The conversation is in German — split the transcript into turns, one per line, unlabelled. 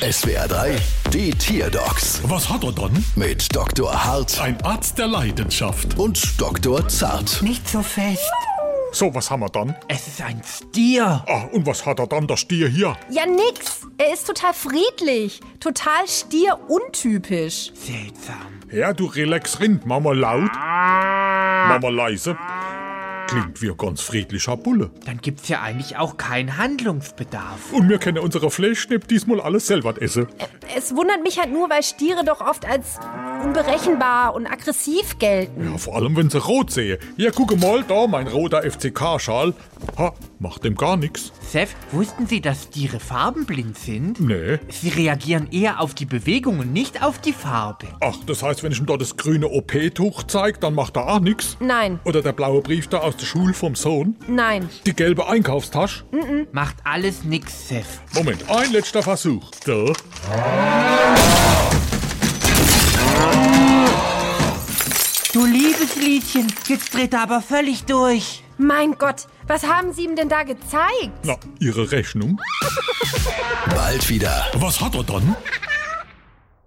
SWR 3, die Tierdocs
Was hat er dann?
mit Dr. Hart
Ein Arzt der Leidenschaft.
und Dr. Zart.
Nicht so fest.
So, was haben wir dann?
Es ist ein Stier.
Ah, und was hat er dann, der Stier hier?
Ja, nix. Er ist total friedlich, total stier-untypisch.
Seltsam.
Ja, du relax Rind, Mama laut, Mama leise. Klingt wie ein ganz friedlicher Bulle.
Dann gibt's ja eigentlich auch keinen Handlungsbedarf.
Und wir können unsere Fleischschnipp diesmal alles selber essen.
Es wundert mich halt nur, weil Stiere doch oft als unberechenbar und aggressiv gelten.
Ja, vor allem, wenn sie rot sehe. Hier, gucke mal, da mein roter FCK-Schal. Ha, macht dem gar nichts.
Seth, wussten Sie, dass Tiere farbenblind sind?
Nee.
Sie reagieren eher auf die Bewegung und nicht auf die Farbe.
Ach, das heißt, wenn ich ihm da das grüne OP-Tuch zeige, dann macht er auch nichts?
Nein.
Oder der blaue Brief da aus der Schule vom Sohn?
Nein.
Die gelbe Einkaufstasche?
Macht alles nix, Seth.
Moment, ein letzter Versuch. So.
Du liebes Liedchen, jetzt dreht er aber völlig durch.
Mein Gott, was haben Sie ihm denn da gezeigt?
Na, Ihre Rechnung?
Bald wieder.
Was hat er dann?